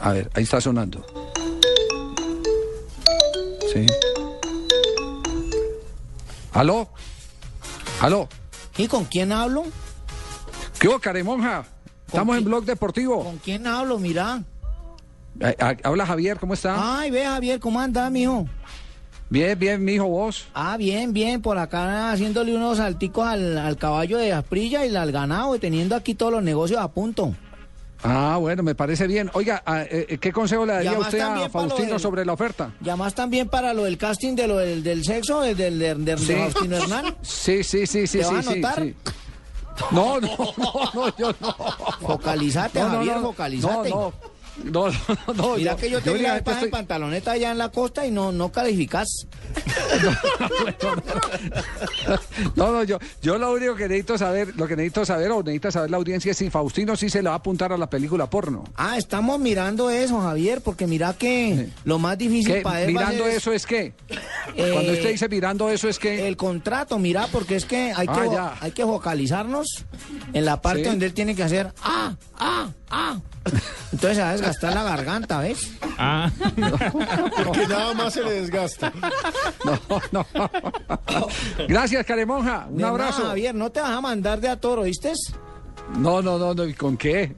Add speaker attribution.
Speaker 1: A ver, ahí está sonando. Sí. ¿Aló? ¿Aló?
Speaker 2: ¿Y con quién hablo?
Speaker 1: ¿Qué hubo, Caremonja? Estamos en
Speaker 2: quién?
Speaker 1: Blog Deportivo.
Speaker 2: ¿Con quién hablo? Mirá.
Speaker 1: Eh, ah, Habla Javier, ¿cómo está?
Speaker 2: Ay, ve Javier, ¿cómo anda, mijo?
Speaker 1: Bien, bien, mijo, vos.
Speaker 2: Ah, bien, bien, por acá haciéndole unos salticos al, al caballo de Asprilla y al ganado, y teniendo aquí todos los negocios a punto.
Speaker 1: Ah, bueno, me parece bien. Oiga, ah, eh, ¿qué consejo le daría
Speaker 2: además
Speaker 1: usted a
Speaker 2: también para lo
Speaker 1: Faustino
Speaker 2: del-
Speaker 1: sobre la oferta?
Speaker 2: Y además también para lo del casting de lo del, del sexo, el del, del, del-
Speaker 1: Sí.
Speaker 2: de Faustino Hernán.
Speaker 1: Sí, sí, sí, sí,
Speaker 2: ¿Te va
Speaker 1: sí,
Speaker 2: a
Speaker 1: sí,
Speaker 2: anotar?
Speaker 1: sí. No, no, no, no, yo no.
Speaker 2: Focalizate,
Speaker 1: No, no,
Speaker 2: Javier,
Speaker 1: no,
Speaker 2: focalizate.
Speaker 1: No, no, no, no, no,
Speaker 2: Mira que yo te vi la
Speaker 1: únicamente
Speaker 2: paja en
Speaker 1: estoy-
Speaker 2: pantaloneta allá en la costa y no, no calificás.
Speaker 1: No, no, yo, yo lo único que necesito saber, lo que necesito saber o necesita saber la audiencia es si Faustino sí se le va a apuntar a la película porno.
Speaker 2: Ah, estamos mirando eso, Javier, porque mira que
Speaker 1: Sí.
Speaker 2: lo más difícil
Speaker 1: ¿Qué?
Speaker 2: para él va a
Speaker 1: ¿Mirando
Speaker 2: ser
Speaker 1: eso es qué?
Speaker 2: Eh,
Speaker 1: Cuando usted dice mirando eso es que...
Speaker 2: el contrato, mira, porque es que hay que,
Speaker 1: Ah,
Speaker 2: fo-
Speaker 1: ya.
Speaker 2: hay que focalizarnos en la parte
Speaker 1: Sí.
Speaker 2: donde él tiene que hacer ah, ah, ah. Entonces se va a desgastar la garganta, ¿ves?
Speaker 3: Porque nada más se le desgasta.
Speaker 1: No, no. Gracias, Caremonja. Un
Speaker 2: De nada,
Speaker 1: abrazo.
Speaker 2: Javier, no te vas a mandar de a toro, ¿viste?
Speaker 1: No, no, no, no. ¿Y con qué?